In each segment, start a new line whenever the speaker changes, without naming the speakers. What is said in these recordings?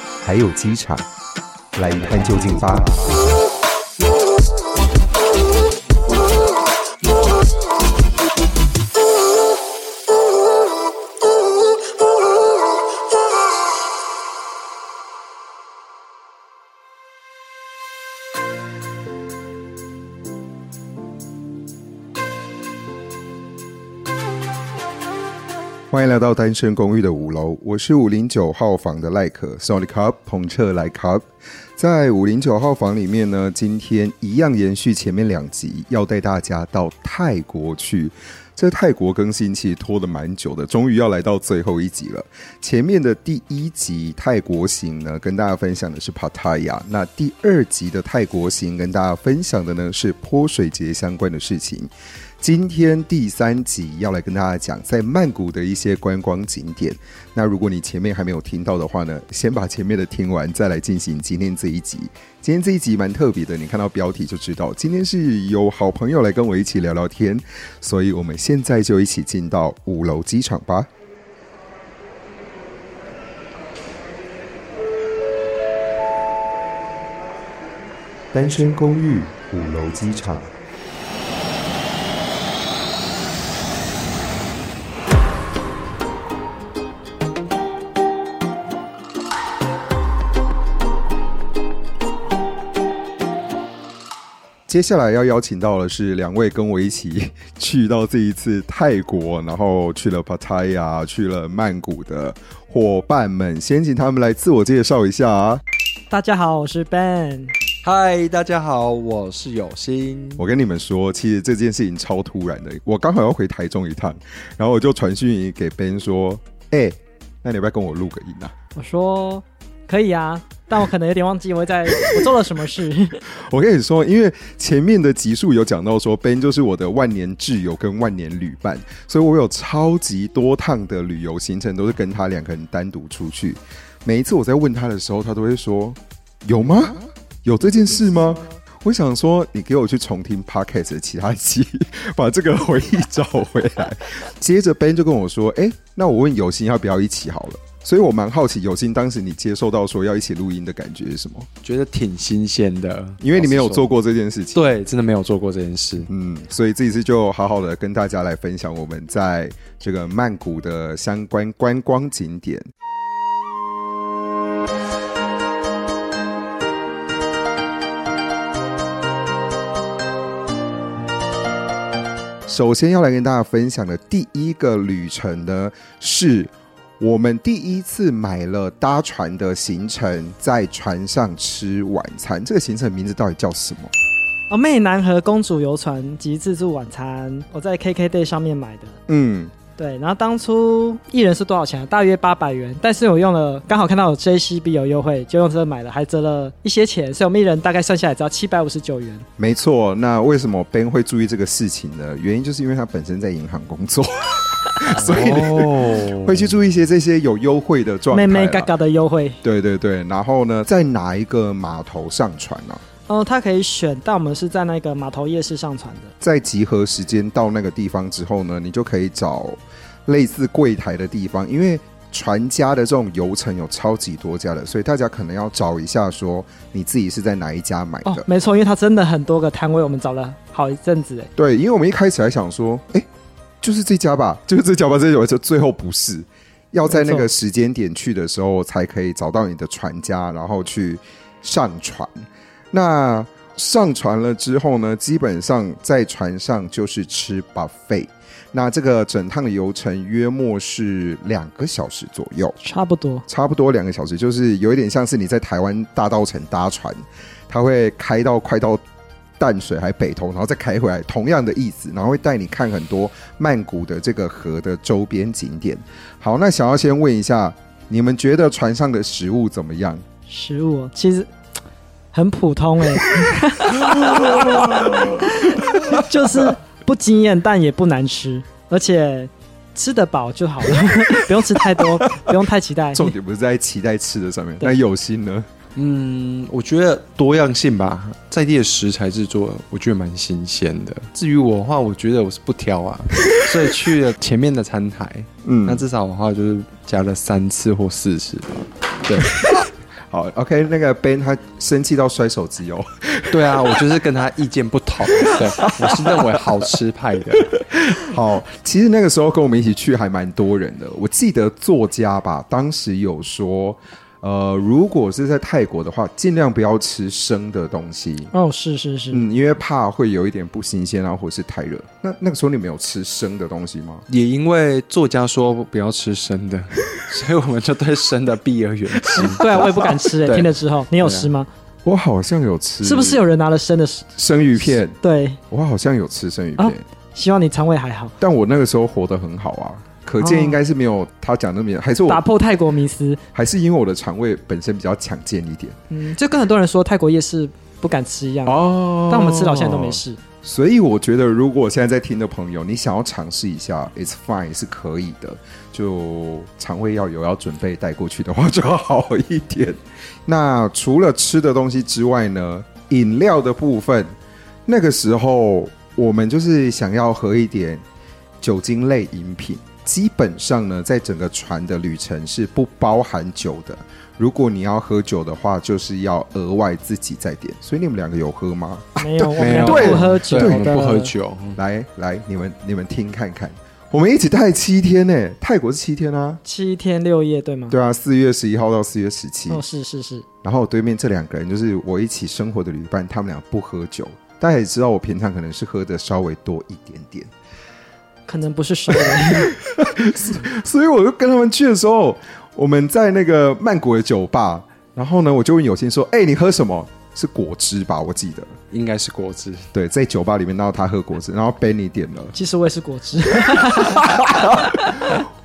还有机场，来一探究竟吧。欢迎来到单身公寓的五楼，我是五零九号房的赖可 Sonic Cup 彭彻来 Cup。在五零九号房里面呢，今天一样延续前面两集，要带大家到泰国去。这泰国更新其实拖得蛮久的，终于要来到最后一集了。前面的第一集泰国行呢，跟大家分享的是 Pattaya；那第二集的泰国行跟大家分享的呢是泼水节相关的事情。今天第三集要来跟大家讲在曼谷的一些观光景点。那如果你前面还没有听到的话呢，先把前面的听完，再来进行今天这一集。今天这一集蛮特别的，你看到标题就知道，今天是有好朋友来跟我一起聊聊天，所以我们现在就一起进到五楼机场吧。单身公寓五楼机场。接下来要邀请到的是两位跟我一起 去到这一次泰国，然后去了 Pattaya、去了曼谷的伙伴们，先请他们来自我介绍一下啊。
大家好，我是 Ben。
嗨，大家好，我是有心。
我跟你们说，其实这件事情超突然的。我刚好要回台中一趟，然后我就传讯给 Ben 说：“哎、那你要不要跟我录个音啊
我说可以啊，但我可能有点忘记我在我做了什么事。？”
我跟你说，因为前面的集数有讲到说，Ben 就是我的万年挚友跟万年旅伴，所以我有超级多趟的旅游行程都是跟他两个人单独出去。每一次我在问他的时候，他都会说：“有吗？有这件事吗？”我想说，你给我去重听 podcast 的其他集， 把这个回忆找回来。接着 Ben 就跟我说：“哎、那我问有心要不要一起好了。”所以我蛮好奇，有心当时你接受到说要一起录音的感觉是什么？
觉得挺新鲜的，
因为你没有做过
过，
这件事情。
对，真的没有做过这件事。
嗯，所以这一次就好好的跟大家来分享我们在这个曼谷的相关观光景点。首先要来跟大家分享的第一个旅程呢，是我们第一次买了搭船的行程，在船上吃晚餐。这个行程名字到底叫什么？
哦，湄南河公主游船及自助晚餐，我在 KKday 上面买的。
嗯，
对，然后当初一人是多少钱啊？大约八百元，但是我用了，刚好看到有 JCB 有优惠，就用这个买了，还折了一些钱，所以我们一人大概算下来只要七百五十九元。
没错，那为什么 Ben 会注意这个事情呢？原因就是因为他本身在银行工作， 所以
哦
会去注意一些这些有优惠的状态
妹
啦。
妹嘎嘎的优惠，
对对对，然后呢，在哪一个码头上船呢、啊？
哦，它可以选，但我们是在那个码头夜市上船的。
在集合时间到那个地方之后呢，你就可以找类似柜台的地方，因为船家的这种游程有超级多家的，所以大家可能要找一下，说你自己是在哪一家买的。
哦，没错，因为它真的很多个摊位，我们找了好一阵子，哎，
对，因为我们一开始还想说，哎，就是这家吧， 就是这家吧，这家吧，就最后不是，要在那
没
个
错
时间点去的时候才可以找到你的船家，然后去上船。那上船了之后呢，基本上在船上就是吃 buffet。那这个整趟的游程约莫是两个小时左右，
差不多。
差不多两个小时，就是有一点像是你在台湾大稻城搭船，它会开到快到淡水还北投，然后再开回来，同样的意思，然后会带你看很多曼谷的这个河的周边景点。好，那想要先问一下，你们觉得船上的食物怎么样？
食物哦其实很普通 哎、就是不惊艳，但也不难吃，而且吃得饱就好了， 不用吃太 多，不用太期待。
重点不是在期待吃的上面，
对
那有心呢？
嗯，我觉得多样性吧，在地的食材制作，我觉得蛮新鲜的。至于我的话，我觉得我是不挑啊， 所以去了前面的餐台，那
嗯，
至少我的话就是夹了三次或四次吧。对，
好，OK，那个 Ben 他生气到摔手机哦。
对啊，我就是跟他意见不 同，对，我是认为好吃派的。
好，其实那个时候跟我们一起去还蛮多人的。我记得作家吧，当时有说，呃，如果是在泰国的话，尽量不要吃生的东西，
哦，是是是，
嗯，因为怕会有一点不新鲜啊，或是太热。那那个时候你们有吃生的东西吗？
也因为作家说不要吃生的，所以我们就对生的避而远之。
对啊，我也不敢吃哎、
对
听了之后，你有
对啊嗯
吃吗？
我好像有吃，
是不是有人拿了生的食？
生鱼片？
对，
我好像有吃生鱼片，
哦希望你肠胃还
哦
好，
但我那个时候活得很好啊。可见
哦
应该是没有他讲那么严，还是
打
我
破泰国迷思。
还是因为我的肠胃本身比较强健一点
嗯，就跟很多人说泰国夜市不敢吃一样，
哦
但我们吃到现在都没事。
所以我觉得，如果现在在听的朋友，你想要尝试一下，it's fine 是可以的，就肠胃要有要准备带过去的话就要好一点。那除了吃的东西之外呢，饮料的部分，那个时候我们就是想要喝一点酒精类饮品。基本上呢，在整个船的旅程是不包含酒的。如果你要喝酒的话，就是要额外自己再点。所以你们两个有喝吗？
没有，我
没
们
有
不喝酒
对，我们
的
不喝。酒。
来来，你们你们听看看，我们一起待七天呢、泰国是七天啊，
七天六夜对吗？
对啊，四月十一号到四月十七、
哦，是是是，
然后我对面这两个人就是我一起生活的旅伴，他们俩不喝酒，大家也知道我平常可能是喝的稍微多一点点，
可能不是熟人。
所以我就跟他们去的时候，我们在那个曼谷的酒吧，然后呢，我就问有心说，哎、你喝什么？是果汁吧？我记得，
应该是果汁，
对，在酒吧里面，然后他喝果汁，然后 Benny 点了，
其实我也是果汁，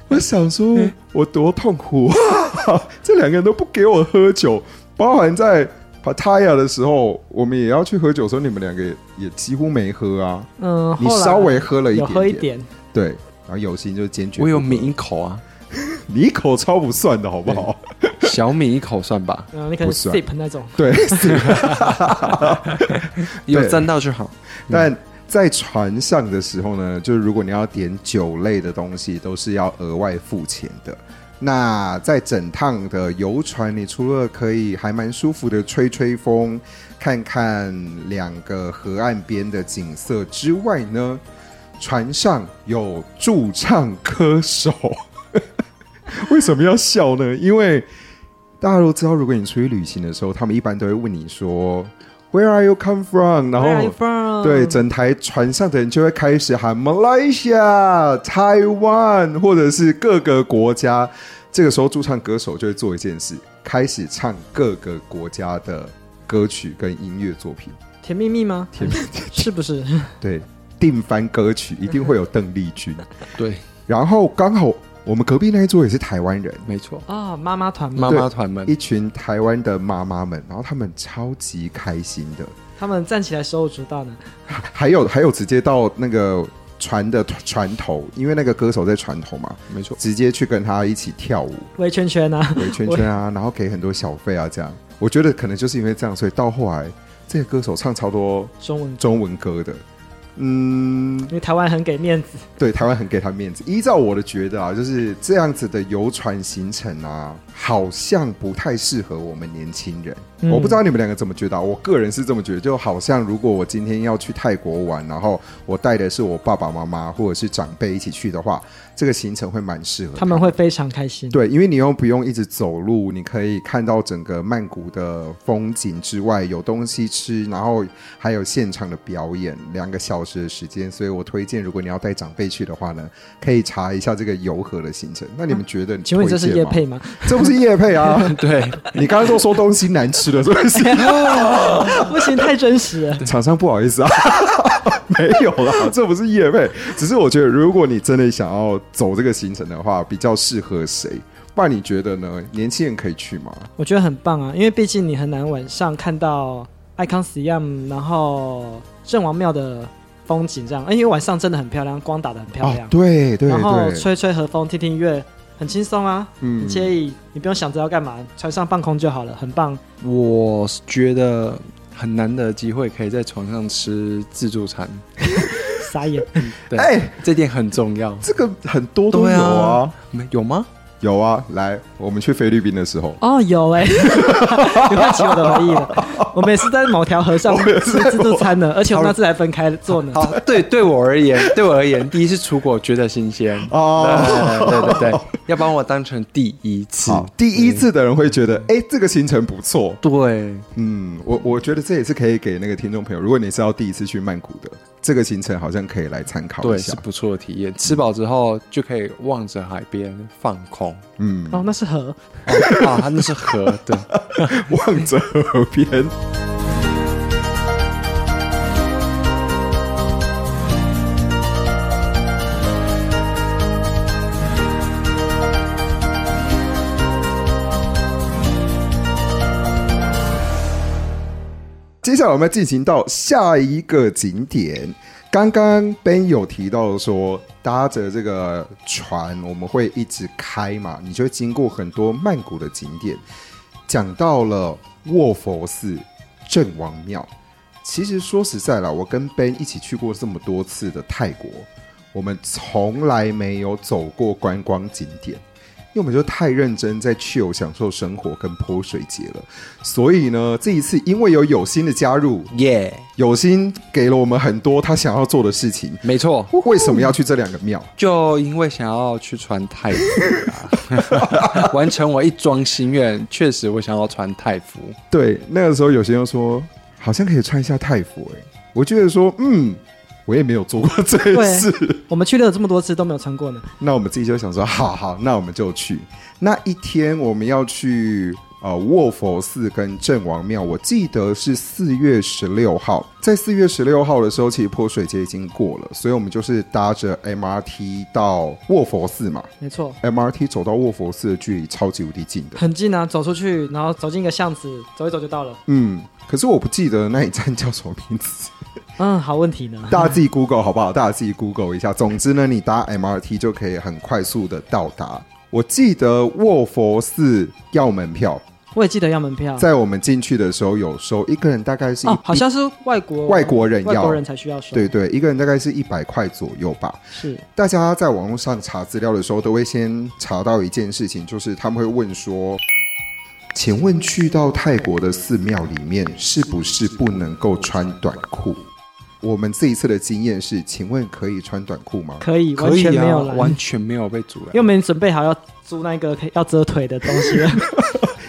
我想说，
嗯
我多痛苦 啊！这两个人都不给我喝酒，包含在 Pattaya 的时候，我们也要去喝酒的时候，你们两个也也几乎没喝啊。
嗯，
你
后来
稍微喝了一
有
点
喝一点，
对。然后有心就坚决，
我有抿一口啊，
你一口超不算的好不好？
小抿一口算吧，
嗯，你可能
不算
sip 那种，
对，
有沾到就好。
嗯但在船上的时候呢，就是如果你要点酒类的东西，都是要额外付钱的。那在整趟的游船，你除了可以还蛮舒服的吹吹风，看看两个河岸边的景色之外呢，船上有驻唱歌手。 为什么要笑呢？因为大家都知道，如果你出去旅行的时候，他们一般都会问你说 “Where are you come from？” 然
Where are
后
you from？
对，整台船上的人就会开始喊 Malaysia、台湾，或者是各个国家。这个时候，驻唱歌手就会做一件事，开始唱各个国家的歌曲跟音乐作品。
甜蜜蜜吗？ 是不是？
对，定番歌曲一定会有邓丽君。
对，
然后刚好我们隔壁那一桌也是台湾人，
没错，
哦，妈妈团嘛，
妈妈团们
一群台湾的妈妈们，然后他们超级开心的，
他们站起来手舞足蹈呢。
还有还有直接到那个船的船头，因为那个歌手在船头嘛，
没错，
直接去跟他一起跳舞、
围圈圈啊，
围圈圈啊，然后给很多小费啊，这样。我觉得可能就是因为这样，所以到后来这些歌手唱超多
中文歌，
中文歌的。嗯，
因为台湾很给面子，
对，台湾很给他面子。依照我的觉得啊，就是这样子的游船行程啊，好像不太适合我们年轻人。
嗯
我不知道你们两个怎么觉得、啊，我个人是这么觉得，就好像如果我今天要去泰国玩，然后我带的是我爸爸妈妈或者是长辈一起去的话，这个行程会蛮适合
他们会非常开心。
对，因为你又不用一直走路，你可以看到整个曼谷的风景之外，有东西吃，然后还有现场的表演，两个小时的时间。所以我推荐，如果你要带长辈去的话呢，可以查一下这个游河的行程。那你们觉得？
请啊问你这是
夜
叶？配吗？
这不是夜配啊！
对，
你刚刚都说东西难吃了，是不是？
不行，太真实了。
厂商不好意思啊， 没有啦，这不是夜配，只是我觉得如果你真的想要走这个行程的话，比较适合谁？爸，你觉得呢？年轻人可以去吗？
我觉得很棒啊，因为毕竟你很难晚上看到爱康斯 m 然后郑王庙的风景这样，因为晚上真的很漂亮，光打的很漂亮，
哦对对
然后
对，
吹吹和风，听听音乐，很轻松啊，很
嗯
惬意，你不用想着要干嘛，船上半空就好了，很棒。
我觉得很难得的机会可以在床上吃自助餐，
傻眼，
对，
哎
这点很重要。
这个很多都有啊，
没有吗？
有啊。来，我们去菲律宾的时候，
哦，有 哎、你唤起我的回忆了。我每次在某条河上吃自助餐呢，而且我们那次还分开做呢。
好， 对，对我而言，对我而言，第一次出国觉得新鲜
哦
对对对对对，要把我当成第一次，
好，第一次的人会觉得，哎，这个行程不错。
对，
嗯，我我觉得这也是可以给那个听众朋友，如果你是要第一次去曼谷的，这个行程好像可以来参考
对
一
是
下。
不错的体验。吃饱之后就可以望着海边放空，
嗯，
哦，那是河，
哦啊，那是河，对，
望着河边。接下来我们要进行到下一个景点。刚刚 Ben 有提到说，搭着这个船，我们会一直开嘛，你就会经过很多曼谷的景点。讲到了卧佛寺、郑王庙。其实说实在啦，我跟 Ben 一起去过这么多次的泰国，我们从来没有走过观光景点，因为我们就太认真在去游享受生活跟泼水节了。所以呢，这一次因为有有心的加入，
耶、
有心给了我们很多他想要做的事情。
没错，
为什么要去这两个庙？
就因为想要去穿泰服、啊， 完成我一桩心愿，确实我想要穿泰服，
对，那个时候有些人说，好像可以穿一下泰服、欸。我觉得说，嗯，我也没有做过这件事。
我们去了这么多次都没有穿过呢。
那我们自己就想说，好好，那我们就去。那一天我们要去呃卧佛寺跟郑王庙，我记得是四月十六号。在四月十六号的时候，其实泼水节已经过了，所以我们就是搭着 MRT 到卧佛寺嘛。
没错，
MRT 走到卧佛寺的距离超级无敌近的，
很近啊，走出去，然后走进一个巷子，走一走就到了。
嗯，可是我不记得那一站叫什么名字，
嗯，好问题 呢。
大家自己 Google 好不好？大家自己 Google 一下。总之呢，你搭 MRT 就可以很快速的到达。我记得卧佛寺要门票，
我也记得要门票，
在我们进去的时候有收，一个人大概是一、
啊哦，好像是外国
外国人要
外国人才需要收，
对对，一个人大概是一百块左右吧。
是
大家在网络上查资料的时候，都会先查到一件事情，就是他们会问说：“请问去到泰国的寺庙里面，是不是不能够穿短裤？”我们这一次的经验是，请问可以穿短裤吗？
可以，完
可以
全没
啊，
有来，
完全没有被阻
因为
拦
我。们准备好要租那个可以要遮腿的东 西了。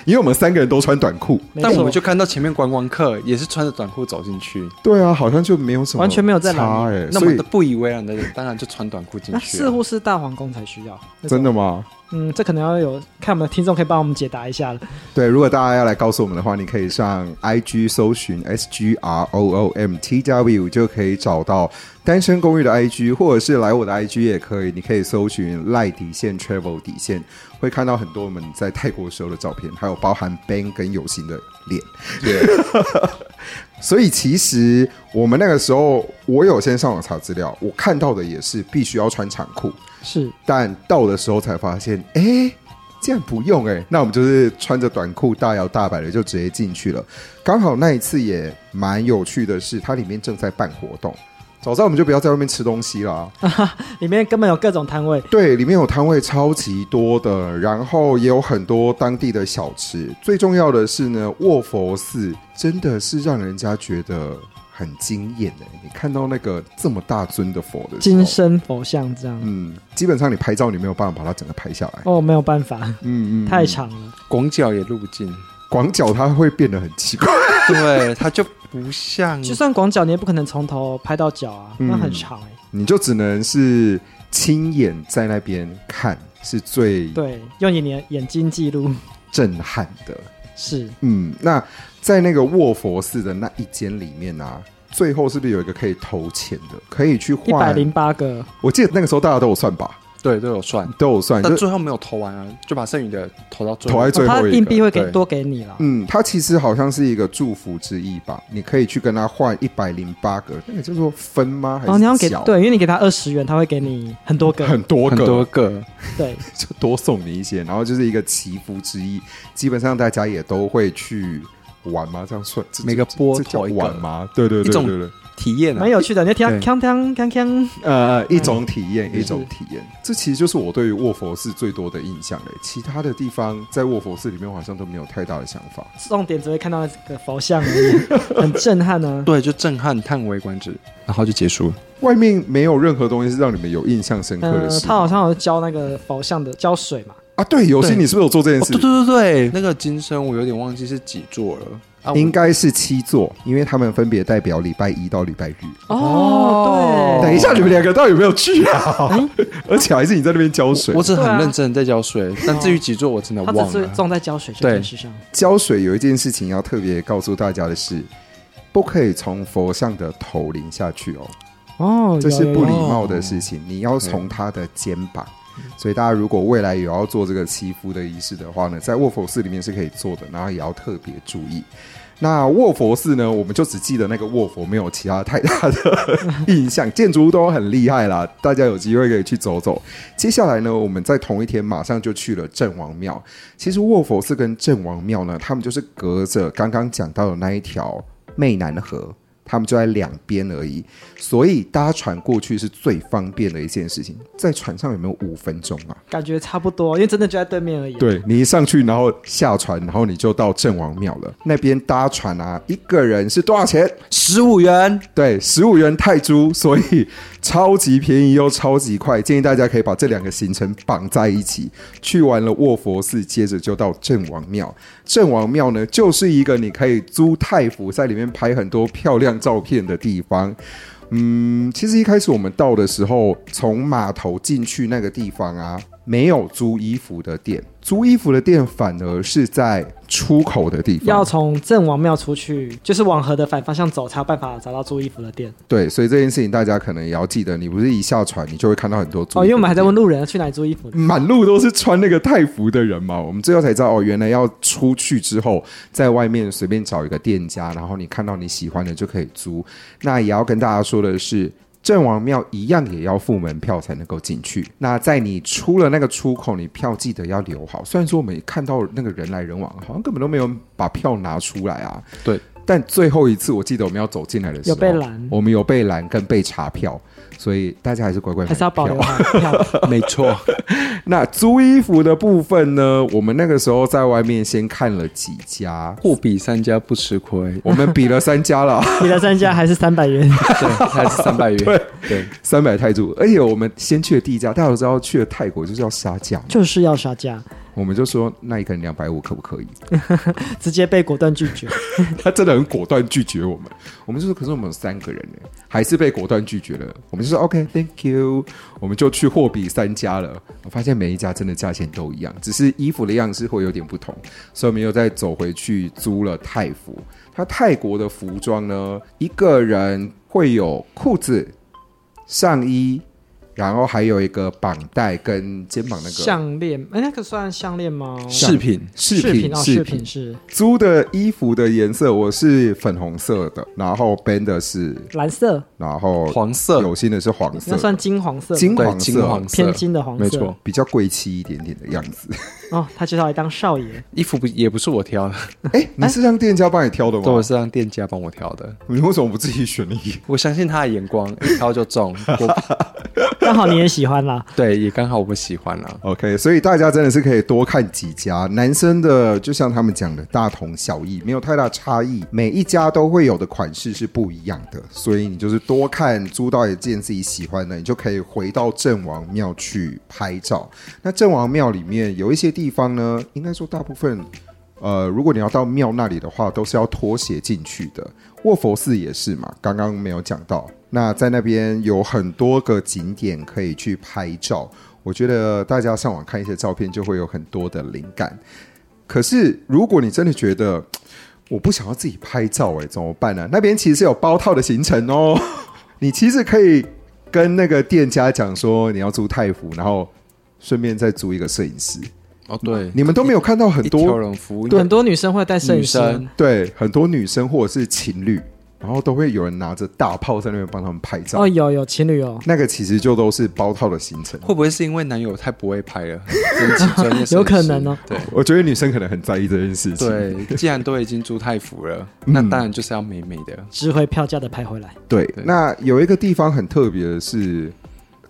因为我们三个人都穿短裤。
没
但我
错
们就看到前面观光客也是穿着短裤走进去，
对啊，好像就没有什么
完全没有在
差
拦
哎、
那
所
么
以
的不以为然的人，当然就穿短裤进
那
去
似
啊、
乎是大皇宫才需要，那种
真的吗？
嗯，这可能要有看我们的听众可以帮我们解答一下了。
对，如果大家要来告诉我们的话，你可以上 I G 搜寻 S G R O O M T W 就可以找到单身公寓的 I G，或者是来我的 I G 也可以。你可以搜寻赖底线 Travel 底线，会看到很多我们在泰国时候的照片，还有包含 Ben 跟有心的脸。 所以其实我们那个时候，我有先上网查资料，我看到的也是必须要穿长裤。
是
但到的时候才发现，哎、竟然不用哎、那我们就是穿着短裤大摇大摆的就直接进去了。刚好那一次也蛮有趣的是，它里面正在办活动。早知道我们就不要在外面吃东西啦。
里面根本有各种摊位，
对，里面有摊位超级多的，然后也有很多当地的小吃。最重要的是呢，卧佛寺真的是让人家觉得很惊艳的。你看到那个这么大尊的佛的时候
金，身佛像这样。
嗯，基本上你拍照你没有办法把它整个拍下来。
哦，没有办法，
嗯嗯，
太长了。
广角也入境，
广角它会变得很奇怪。
对，它就不像
就算广角，你也不可能从头拍到脚啊，那
嗯
很长哎、
你就只能是亲眼在那边看，是最
对，用你的眼睛记录
震撼的。
是
嗯，那在那个卧佛寺的那一间里面啊，最后是不是有一个可以投钱的，可以去
一百
换？
零八个，
我记得那个时候大家都有算吧，
对，都有算，
都有
呃
算，
但
就
最后没有投完啊，就把剩余的投到最
投在
后。
最
他
后一
哦硬币
个。
会给
对
多给你啦。
嗯，它其实好像是一个祝福之意吧，你可以去跟他换一百零八个，那个叫做分吗？还
哦，你要
是
给
角？
对，因为你给他二十元，他会给你很多个。
很多
很
个，
多个，
对，
就 多送你一些，然后就是一个祈福之意。基本上大家也都会去玩吗？这样算这
每个波
这这叫
投一个
玩吗？对对
一
对
种
对对对，
体验啊
蛮，有趣的。你就听
对
锵锵锵锵，
呃，
嗯
一种体验，一种体验。这其实就是我对于卧佛寺最多的印象嘞。其他的地方在卧佛寺里面，我好像都没有太大的想法。
重点只会看到那个佛像而已，很震 撼啊。
对，就震撼、叹为观止，然后就结束了。
外面没有任何东西是让你们有印象深刻
呃
哦
的，事、
他好像有教那个佛像的浇水嘛，
啊，对，有些
对
你是不是有做这件
哦，
事？
对对对对，那个金身我有点忘记是几座了啊，我
应该是七座，因为他们分别代表礼拜一到礼拜日。
哦，
等一下，你们两个到底有没有去啊？ 而且还是你在那边浇水
哎我。只是
对
很
啊
认真地在浇水，但至于几座我真的
他只
忘
是
了。
重在浇水这件事上。
浇水有一件事情要特别告诉大家的是，不可以从佛像的头淋下去哦，
哦，
这是
有哦
不礼
有有
貌的事情。你要从他的肩膀。
嗯
所以大家如果未来有要做这个祈福的仪式的话呢，在卧佛寺里面是可以做的，然后也要特别注意。那卧佛寺呢，我们就只记得那个卧佛，没有其他太大的 印象。建筑物都很厉害啦，大家有机会可以去走走。接下来呢，我们在同一天马上就去了郑王庙。其实卧佛寺跟郑王庙呢，他们就是隔着刚刚讲到的那一条湄南河，他们就在两边而已。所以搭船过去是最方便的一件事情。在船上有没有五分钟啊？
感觉差不多，因为真的就在对面而已。，
对你一上去，然后下船，然后你就到郑王庙了。那边搭船啊，一个人是多少钱？
十五元，
对，十五元泰铢，所以超级便宜又超级快，建议大家可以把这两个行程绑在一起。去完了卧佛寺，接着就到郑王庙。郑王庙呢，就是一个你可以租泰服，在里面拍很多漂亮照片的地方。 嗯，其实一开始我们到的时候，从码头进去那个地方啊，没有租衣服的店，租衣服的店反而是在出口的地方，
要从郑王庙出去，就是往河的反方向走，才有办法找到租衣服的店。
对，所以这件事情大家可能也要记得，你不是一下船你就会看到很多租
哦，因为我们还在
问，
问路人去哪里租衣服。
满路都是穿那个泰服的人嘛，我们最后才知道哦，原来要出去之后，在外面随便找一个店家，然后你看到你喜欢的就可以租。那也要跟大家说的是。郑王庙一样也要付门票才能够进去。那在你出了那个出口，你票记得要留好。虽然说我们看到那个人来人往，好像根本都没有人把票拿出来啊。
对，
但最后一次我记得我们要走进来的时候，
有被拦
我们有被拦跟被查票，所以大家还是乖乖买
还是要保
票
留好票。
没错，
那租衣服的部分呢？我们那个时候在外面先看了几家，
货比三家不吃亏，
我们比了三家了，
你的三家还是三百元，
对，还是三百元，对，
三百泰铢。而且我们先去的第一家，大家都知道去了泰国就是要杀价嘛，
就是要杀价，
我们就说那一个人两百五可不可以？
直接被果断拒绝。
他真的很果断拒绝我们。我们就说，可是我们有三个人呢，还是被果断拒绝了。我们就说 OK，Thank、you，我们就去货比三家了。我发现每一家真的价钱都一样，只是衣服的样式会有点不同，所以我们又再走回去租了泰服。它泰国的服装呢，一个人会有裤子、上衣，然后还有一个绑带跟肩膀那个。
项链，哎，那个算项链吗？
饰品
饰
饰品哦，
饰
饰
品
品是
租的衣服的颜色我是粉红色的，然后 Ben 的是
蓝色，
然后
黄色，
有心的是黄色
那，算金黄色吗，
金
对，
黄
金
色，
黄色，
偏金的黄色。
没错，
比较贵气一点点的样子。
哦，他就是要来当少爷，
衣服不也不是我挑的，
哎，你是让店家帮你挑的
对，啊我
吗？
是让店家帮我挑的，
你为什么不自己选一
我相信他的眼光，一挑就中， 我
刚好你也喜欢啦。
对，也刚好我喜欢啊啦。
OK，所以大家真的是可以多看几家。男生的就像他们讲的，大同小异，没有太大差异。每一家都会有的款式是不一样的，所以你就是多看，租到一件自己喜欢的，你就可以回到郑王庙去拍照。那郑王庙里面有一些地方呢，应该说大部分。呃，如果你要到庙那里的话，都是要脱鞋进去的。卧佛寺也是嘛，刚刚没有讲到。那在那边有很多个景点可以去拍照，我觉得大家上网看一些照片，就会有很多的灵感。可是如果你真的觉得我不想要自己拍照、欸，哎，怎么办呢、那边其实有包套的行程哦，你其实可以跟那个店家讲说你要租泰服，然后顺便再租一个摄影师。
哦，对，
你们都没有看到很
一条
多
龙服务，
很多女生会带摄影
女
师
生，
对很多女生或者是情侣，然后都会有人拿着大炮在那边帮他们拍照。
哦，有有情侣哦，
那个其实就都是包套的行程。
会不会是因为男友太不会拍了，真的请专业摄影 师
有可能哦。
对
我觉得女生可能很在意这件事情。
对，既然都已经租太服了，
嗯
那当然就是要美美的。
值回票价的拍回来。
对
对
那有一个地方很特别的是，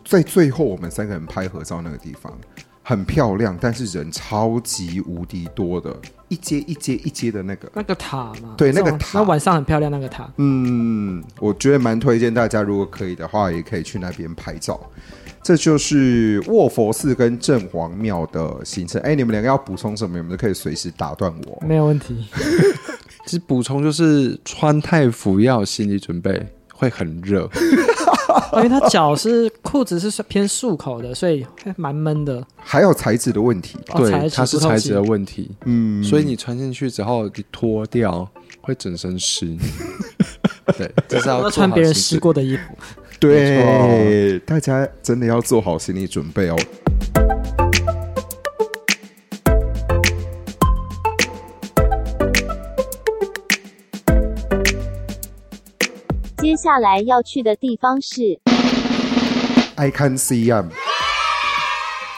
在最后我们三个人拍合照那个地方很漂亮，但是人超级无敌多的，一阶一阶一阶的那个。
那个塔嘛，
对那个
这种
塔
那晚上很漂亮那个塔，
嗯，我觉得蛮推荐大家，如果可以的话，也可以去那边拍照。这就是卧佛寺跟正皇庙的行程。哎，你们两个要补充什么？你们都可以随时打断我。
没有问题。
其实补充就是穿太服要有心理准备，会很热。
因为他脚是裤子是偏束口的，所以会蛮闷的。
还有材质的问题吧？
哦材
对，
质
它是
不透
材
气
质的问题，
嗯，
所以你穿进去之后，你脱掉会整身湿。对，这是
我
要
要
做
穿
好
别人
心理
湿过的衣服。
对，大家真的要做好心理准备哦。
接下来要去的地方是
I can see I'm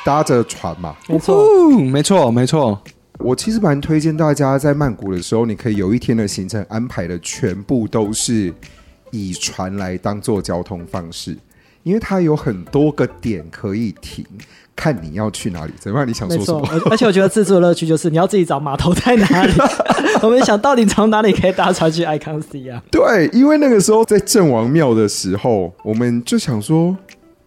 搭着船嘛。
没错，
哦，没错，没错，
我其实蛮推荐大家在曼谷的时候，你可以有一天的行程安排的全部都是以船来当做交通方式，因为它有很多个点可以停，看你要去哪里。怎么样？你想
没
说什
错
么？。
而而且我觉得自助的乐趣就是你要自己找码头在哪里，我们想到底从哪里可以搭船去爱康西啊？
对，因为那个时候在郑王庙的时候，我们就想说，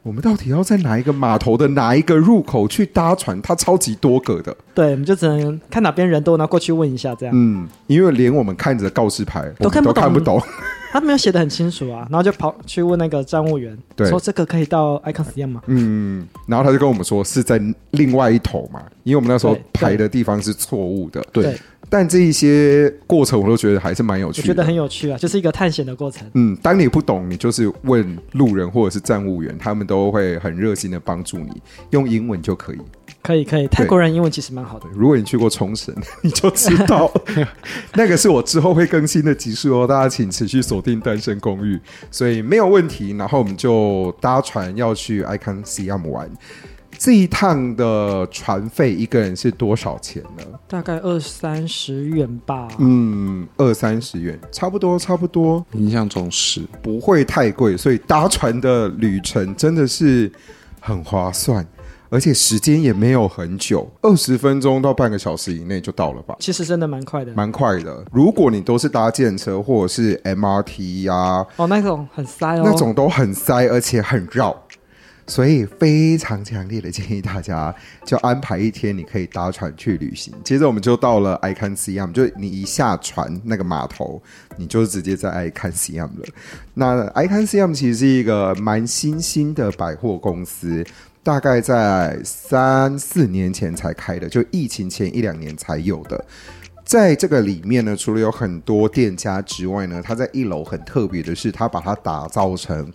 我们到底要在哪一个码头的哪一个入口去搭船？它超级多个的。
对，我们就只能看哪边人多，然后过去问一下这样。
嗯，因为连我们看着告示牌，我们
都看不
都看不
懂
懂。
他没有写的很清楚啊，然后就跑去问那个站务员，
对
说这个可以到 Icon s 吗？
嗯，然后他就跟我们说是在另外一头嘛，因为我们那时候
对对
排的地方是错误的。
对，
但这一些过程我都觉得还是蛮有
我
趣
觉得
的。
很有趣啊，就是一个探险的过程。
嗯，当你不懂，你就是问路人或者是站务员，他们都会很热心的帮助你，用英文就可以。
可以可以，泰国人英文其实蛮好的。
如果你去过冲绳， 你就知道那个是我之后会更新的集数哦，大家请持续锁定《单身公寓》，所以没有问题。然后我们就搭船要去 Icon CM 玩。这一趟的船费一个人是多少钱呢？
大概二三十元吧。
嗯，二三十元，差不多，差不多，
印象中是
不会太贵。所以搭船的旅程真的是很划算，而且时间也没有很久，二十分钟到半个小时以内就到了吧。
其实真的蛮快的。
蛮快的。如果你都是搭建车或者是 MRT 呀、
哦，那种很塞
啊
哦。
那种都很塞，而且很绕，所以非常强烈的建议大家就安排一天，你可以搭船去旅行。接着我们就到了 I Can Siam，就你一下船那个码头，你就直接在 I Can Siam 了。那 I Can Siam 其实是一个蛮新兴的百货公司。大概在三四年前才开的，就疫情前一两年才有的。在这个里面呢，除了有很多店家之外呢，它在一楼很特别的是，它把它打造成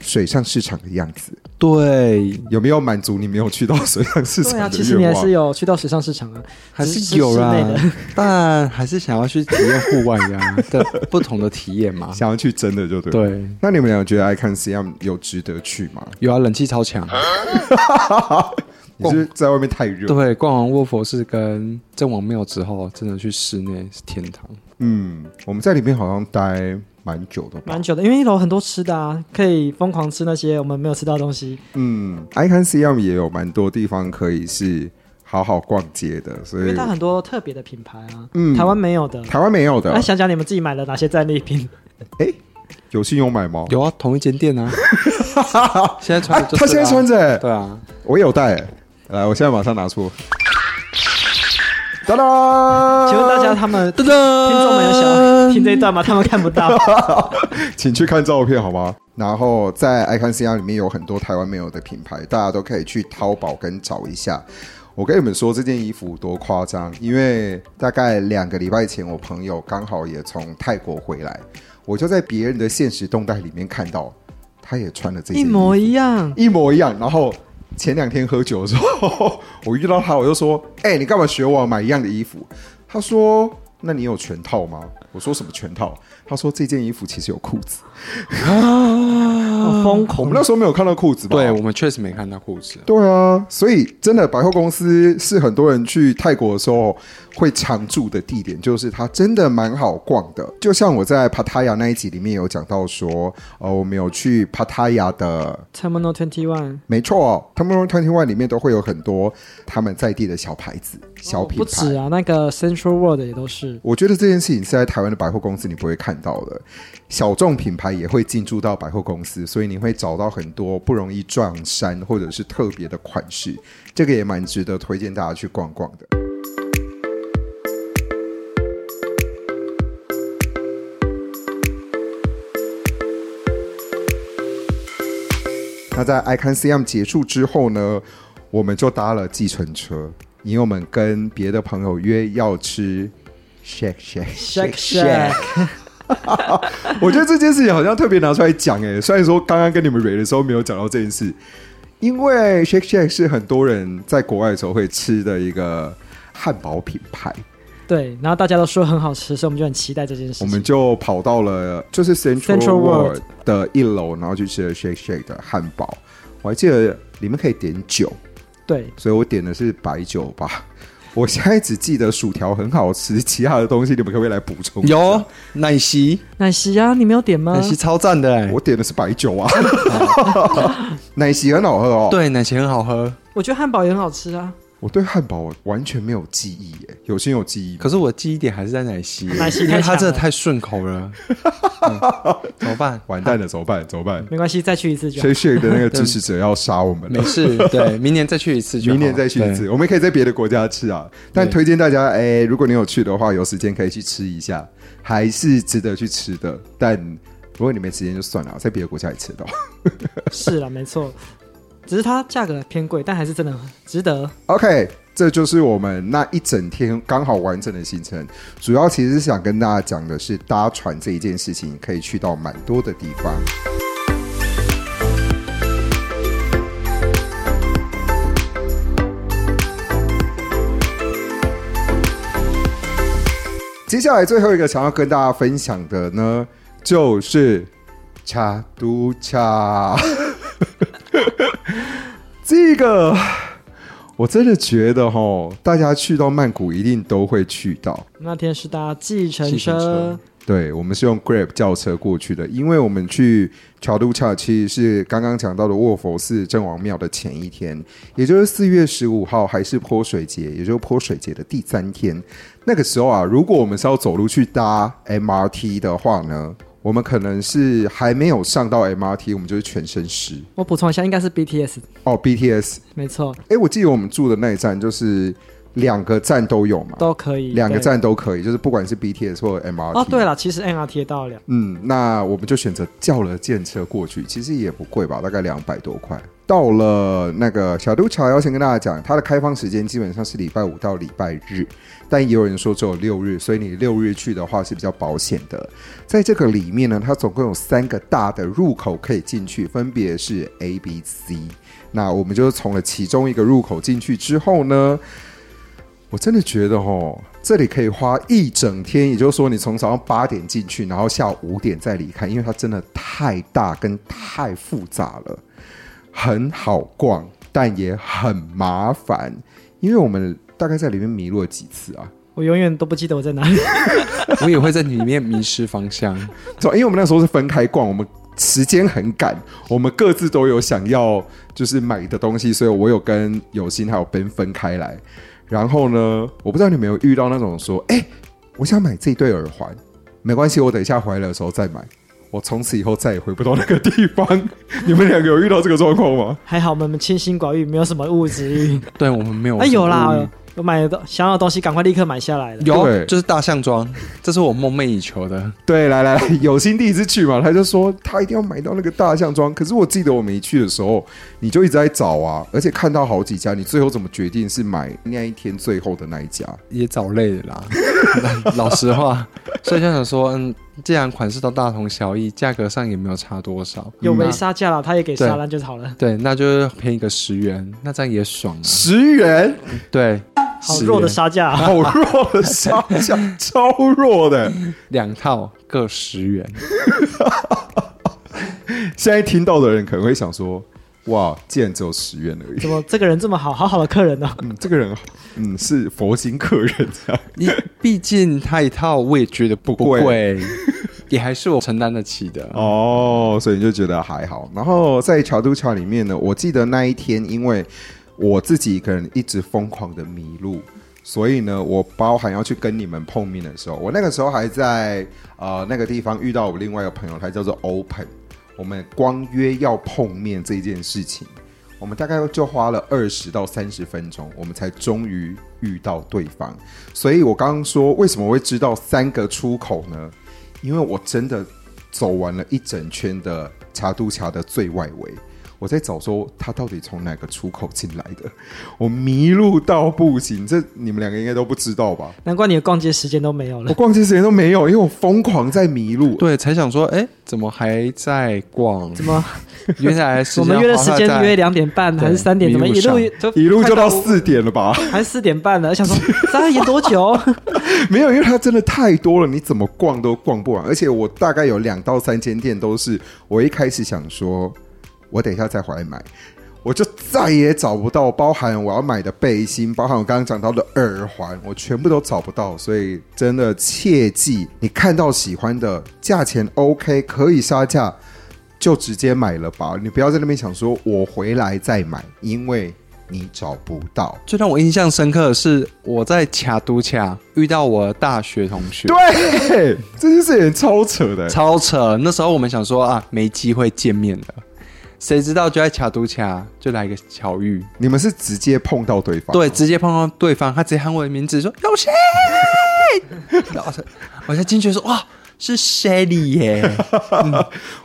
水上市场的样子。
对，
有没有满足你没有去到水上市
对啊，
场的
其实你
愿
还
望？
是有去到水上市场啊，
还
只
是有啦
室内的
但还是想要去体验户外呀、的不同的体验嘛。
想要去真的就对。，
对，
那你们俩觉得 I Can CM 有值得去吗？
有啊，冷气超强。
哦
你是在外面太热？
对，逛完卧佛寺跟郑王庙之后，真的去室内是天堂。
嗯，我们在里面好像待蛮久的吧？
蛮久的，因为一楼很多吃的啊，可以疯狂吃那些我们没有吃到的东西。
嗯，I Can CM 也有蛮多地方可以是好好逛街的，所
因
以
为它很多特别的品牌啊，
嗯
台湾没有的。哎
台湾没有的
那。想想你们自己买了哪些战利品？
有信有买吗？
有啊，同一间店啊。现在穿
啊
的、就，是
他
啊
现在穿着、欸。
对啊，
我有带、来，我现在马上拿出。哒哒！
请问大家，他们听众们有想要听这一段吗？他们看不到。
请去看照片好吗？然后在 Icon CR 里面有很多台湾没有的品牌，大家都可以去淘宝跟找一下。我跟你们说这件衣服多夸张，因为大概两个礼拜前，我朋友刚好也从泰国回来，我就在别人的现实动态里面看到。他也穿了这件
一
衣服
模一样。
一模一样。然后前两天喝酒的时候，我遇到他，我就说：“哎、你干嘛学我买一样的衣服？”他说：“那你有全套吗？”我说：“什么全套？”他说：“这件衣服其实有裤
嗯
子。
好疯
我
狂
们！那时候没有看到裤子吧？
对我们确实没看到裤子。
对啊，所以真的百货公司是很多人去泰国的时候会常住的地点，就是它真的蛮好逛的。就像我在帕塔亚那一集里面有讲到说，呃，我们有去帕塔亚的
Terminal Twenty One
没错，Tomorrow Twenty One 里面都会有很多他们在地的小牌子、小品
不止
牌。
啊，那个 Central World 也都是。
我觉得这件事情是在台湾的百货公司你不会看到的，小众品牌也会进驻到百货公司，所以你会找到很多不容易撞衫或者是特别的款式，这个也蛮值得推荐大家去逛逛的。那在 Icon CM 结束之后呢，我们就搭了计程车，因为我们跟别的朋友约要吃 shake shake。
Shake Shack，
我觉得这件事情好像特别拿出来讲诶、虽然说刚刚跟你们 r 的时候没有讲到这件事，因为 shake shake 是很多人在国外的时候会吃的一个汉堡品牌。
对，然后大家都说很好吃，所以我们就很期待这件事
我
情。
们就跑到了就是 Central
Central World
World 的一楼，然后去吃了 Shake Shake 的汉堡。我还记得里面可以点酒，
对，
所以我点的是白酒吧。我现在只记得薯条很好吃，其他的东西你们可不可以来补充？
有，奶昔，
奶昔啊，你没有点吗
奶？昔超赞的哎
我！点的欸是白酒 啊，奶昔很好喝哦。，
对，奶昔很好喝，
我觉得汉堡也很好吃啊，
我对汉堡完全没有记忆耶，有些有记忆吗。
可是我记忆点还是在奶昔，
奶昔
因为
太强
它真的
了
太顺口 了。嗯怎么办？
完蛋了，怎么办？怎么 办
没关系，再去一次 就好。
？Shake Shake 的那个支持者要杀我们了
没。事，对，明年再去一次就好，
明年再去一次，我们也可以在别的国家吃啊。但
对
推荐大家，哎、如果你有去的话，有时间可以去吃一下，还是值得去吃的。但如果你没时间就算了，在别的国家也吃得到。
是啦，没错，只是它价格偏贵，但还是真的很值得。
OK，这就是我们那一整天刚好完整的行程。主要其实是想跟大家讲的是，搭船这一件事情可以去到蛮多的地方。接下来最后一个想要跟大家分享的呢，就是恰都恰。 这个我真的觉得哈，大家去到曼谷一定都会去到。
那天是搭计程
计程
车
车，
对，我们是用 Grab 轿车过去的，因为我们去乔都恰其实是刚刚讲到的卧佛寺郑王庙的前一天，也就是四月十五号，还是泼水节，也就是泼水节的第三天。那个时候啊，如果我们是要走路去搭 MRT 的话呢，我们可能是还没有上到 MRT，我们就是全身湿
我补充一下，应该是 BTS，
哦。BTS
没错，
哎，我记得我们住的那一站就是两个站都有嘛，
都可以。
两个
对
站都可以，就是不管是 BTS 或者 MRT。
哦，对，了，其实 NRT 也到了，
嗯，那我们就选择叫了电车过去，其实也不贵吧，大概两百多块。到了那个小渡桥，要先跟大家讲，它的开放时间基本上是礼拜五到礼拜日，但也有人说只有六日，所以你六日去的话是比较保险的。在这个里面呢，它总共有三个大的入口可以进去，分别是 A、B、C。那我们就从了其中一个入口进去之后呢，我真的觉得哦，这里可以花一整天，也就是说你从早上八点进去，然后下午五点再离开，因为它真的太大跟太复杂了，很好逛，但也很麻烦，因为我们大概在里面迷路了几次啊。
我永远都不记得我在哪里。
我也会在里面迷失方向。
走，因为我们那时候是分开逛，我们时间很赶，我们各自都有想要就是买的东西，所以我有跟有心还有 Ben 分开来。然后呢，我不知道你有没有遇到那种说，哎、我想买这对耳环，没关系，我等一下回来的时候再买。我从此以后再也回不到那个地方。 你们两个有遇到这个状况吗？
还好我们清心寡欲，没有什么物质欲。
对，我们没有。
哎，有啦，，有买的想要的东西，赶快立刻买下来了。
有，啊
对
就是大象装，这是我梦寐以求的。
对，来来来，有心第一次去嘛，他就说他一定要买到那个大象装。可是我记得我没去的时候，你就一直在找啊，而且看到好几家，你最后怎么决定是买那一天最后的那一家？
也找累了啦， 老实话，所以就想说，嗯，既然款式都大同小异，价格上也没有差多少，
有
没
没杀价了，他也给
对
沙拉就好了，
对，那就便宜个十元，那这样也爽啊。
十元，
对，
好
十
弱的
元
杀价啊、
好弱的商家，超弱的。
两套各十元，
现在听到的人可能会想说，哇，竟然只有十元而已
怎。么这个人这么好，好好的客人呢、
嗯，这个人，嗯，是佛心客人啊这样。
你毕竟他一套我也觉得不
贵
贵， 也还是我承担得起的。
哦，所以你就觉得还好。然后在乔都桥里面呢，我记得那一天，因为我自己一个人一直疯狂的迷路，所以呢，我包含要去跟你们碰面的时候，我那个时候还在呃那个地方遇到我另外一个朋友，他叫做 Open，我们光约要碰面这件事情。我们大概就花了二十到三十分钟，我们才终于遇到对方。所以我刚刚说，为什么会知道三个出口呢？因为我真的走完了一整圈的茶都桥的最外围，我在找说他到底从哪个出口进来的，我迷路到不行。这你们两个应该都不知道吧？
难怪你的逛街时间都没有
我
了。
逛街时间都没有，因为我疯狂在迷路。
对，才想说，哎，怎么还在逛？
怎么？
原来 是
我们约的时间
要花
约
在
两点半还是
对
三点？怎么
迷
一
路上
路就
一路就到
快
四点了吧？
五还是四点半了？想说三点多久？
没有，因为它真的太多了，你怎么逛都逛不完。而且我大概有两到三间店都是我一开始想说，我等一下再回来买，我就再也找不到，包含我要买的背心，包含我刚刚讲到的耳环，我全部都找不到。所以真的切记，你看到喜欢的，价钱 OK 可以杀价，就直接买了吧。你不要在那边想说我回来再买，因为你找不到。
最让我印象深刻的是，我在卡都卡遇到我大学同学，
对，这件事情超扯的、欸
超扯。那时候我们想说啊，没机会见面的，谁知道就在卡都卡就来一个巧遇，
你们是直接碰到对方，
对，，直接碰到对方，他直接喊我的名字说有谁？ 然后我才我才进去说哇，是 Shelly 耶，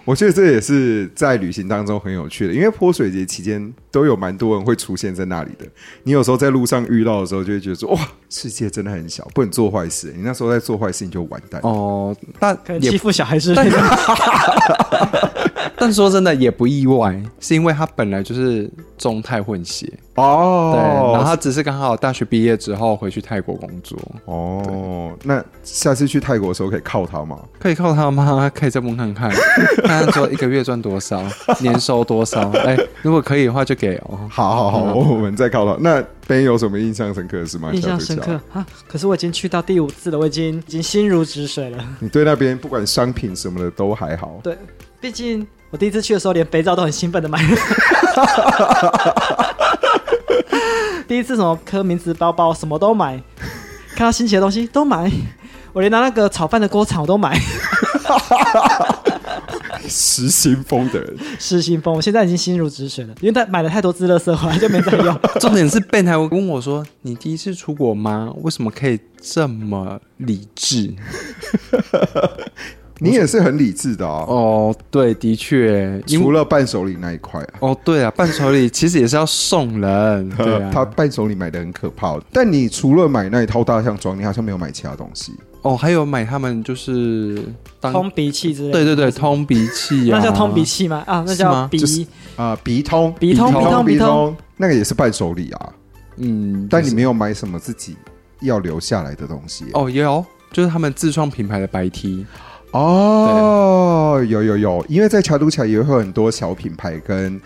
我觉得这也是在旅行当中很有趣的，因为泼水节期间都有蛮多人会出现在那里的。你有时候在路上遇到的时候，就会觉得说哇，世界真的很小，不能做坏事。你那时候在做坏事，你就完蛋。
哦，但
可能
也
欺负小孩之类的。
但 说真的也不意外，是因为他本来就是中泰混血，
哦
对，然后他只是刚好大学毕业之后回去泰国工作，
哦，那下次去泰国的时候可以靠他吗？
可以靠他吗？可以再问看看，看看说一个月赚多少，年收多少？哎、如果可以的话就给哦。
好好好，我们再靠他。那边有什么印象深刻的事吗？
印象
小
深
助教
刻，啊！可是我已经去到第五次了，我已经已经心如止水了。
你对那边不管商品什么的都还好。
对，毕竟我第一次去的时候，连肥皂都很兴奋的买了。第一次什么柯明子包包什么都买，看到新奇的东西都买，我连拿那个炒饭的锅铲我都买。
实心风的人，
失心疯，我现在已经心如止水了，因为他买了太多自乐色，后来就没再用。
重点是贝台问我说：“你第一次出国吗？为什么可以这么理智
你也是很理智的？”啊。
哦，对，的确，因
除
为
了伴手礼那一块啊，
哦，对啊，伴手礼其实也是要 送人， 对啊，
他伴手礼买的很可怕。哦但你除了买那一套大象装，你好像没有买其他东西。
哦，还有买他们就是当
通鼻器之类的，
对对对通鼻器啊，
那叫通鼻器吗？啊，那
是吗
叫鼻。
就是啊，鼻通，
鼻通
鼻
鼻通
鼻
鼻
通
通，
那个也是伴手礼啊。
嗯，
但
就
你
是
没有买什么自己要留下来的东西啊
哦有，就是他们自创品牌的白 T，
哦，有有有，因为在乔都桥也会有很多小品牌跟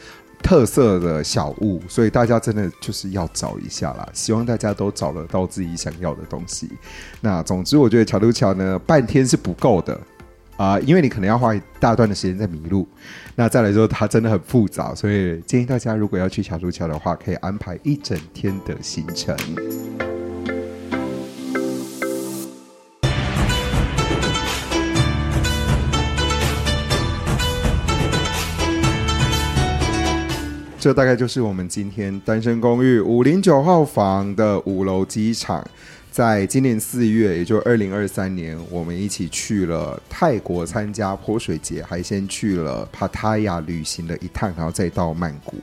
特色的小物，所以大家真的就是要找一下啦。希望大家都找得到自己想要的东西。那总之，我觉得乔都桥呢，半天是不够的。啊、因为你可能要花一大段的时间在迷路，那再来说它真的很复杂，所以建议大家如果要去小都桥的话，可以安排一整天的行程。这大概就是我们今天单身公寓五零九号房的五楼机场。在今年四月，也就二零二三年，我们一起去了泰国参加泼水节，还先去了帕塔亚旅行了一趟，然后再到曼谷。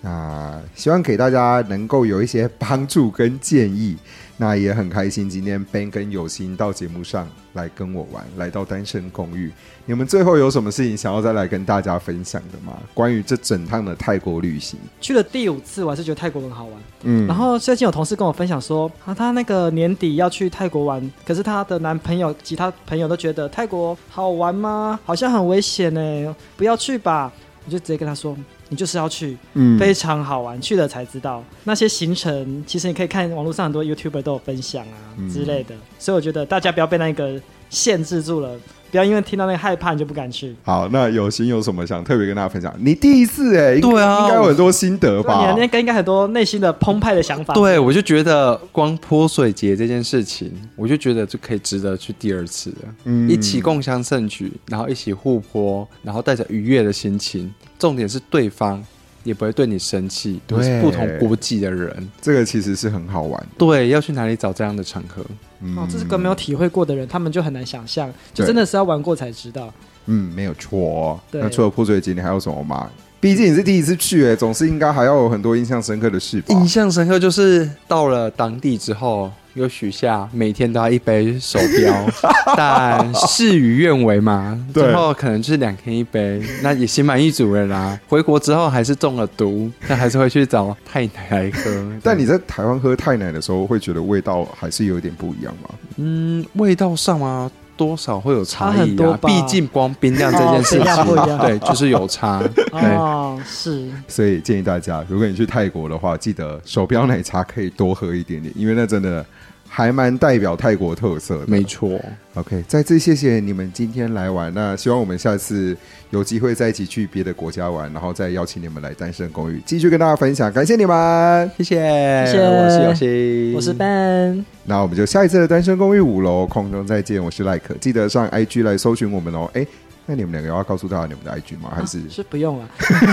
那希望给大家能够有一些帮助跟建议。那也很开心，今天 Ben 跟有心到节目上来跟我玩，来到单身公寓。你们最后有什么事情想要再来跟大家分享的吗？关于这整趟的泰国旅行，
去了第五次，我还是觉得泰国很好玩。
嗯
然后最近有同事跟我分享说，啊，她那个年底要去泰国玩，可是她的男朋友及她朋友都觉得泰国好玩吗？好像很危险呢，不要去吧。我就直接跟她说，你就是要去，
嗯
非常好玩，去了才知道那些行程，其实你可以看网络上很多 YouTuber 都有分享啊、
嗯
之类的，所以我觉得大家不要被那个限制住了，不要因为听到那个害怕你就不敢去。
好，那有心有什么想特别跟大家分享？你第一次哎、应
对啊
应该有很多心得
你的
吧？
那个应该很多内心的澎湃的想法，
对，我就觉得光泼水节这件事情，我就觉得就可以值得去第二次了。
嗯
一起共襄盛举，然后一起互泼，然后带着愉悦的心情，重点是对方也不会对你生气，
对
是不同国籍的人。
这个其实是很好玩。
对，要去哪里找这样的场合？
嗯
哦，这是个没有体会过的人，他们就很难想象，就
对
真的是要玩过才知道。
嗯，没有错哦。
对
那除了泼水节，你还有什么吗？毕竟你是第一次去、哎，总是应该还要有很多印象深刻的事吧？
印象深刻就是到了当地之后，又许下每天都要一杯手 标，但事与愿违嘛，
对
最后可能就是两天一杯，那也心满意足了啦。回国之后还是中了毒，但还是会去找太奶来喝。
但你在台湾喝太奶的时候，会觉得味道还是有一点不一样吗？
嗯，味道上啊。多少会有差
差
异
很多
啊，
吧
毕竟光冰量这件事
哦冰量不一
情，
样
对，就是有差。对，
哦，是，
所以建议大家，如果你去泰国的话，记得手标奶茶可以多喝一点点，因为那真的还蛮代表泰国特色的。
没错。
OK，再次谢谢你们今天来玩。那希望我们下次有机会再一起去别的国家玩，然后再邀请你们来单身公寓继续跟大家分享。感谢你们，
谢谢，
谢谢
我是游戏，
我是 Ben，
那我们就下一次的单身公寓五楼空中再见。我是赖可，记得上 IG 来搜寻我们哦。哎，那你们两个要告诉大家你们的 IG 吗？还是、
是不用了，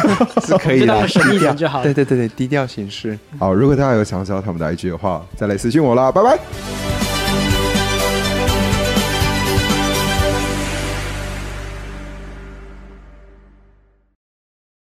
是可以
就
的
当个，神秘人就好了
对。对对对，低调行事。
好？如果大家有想知道他们的 IG 的话，再来私信我啦。拜拜。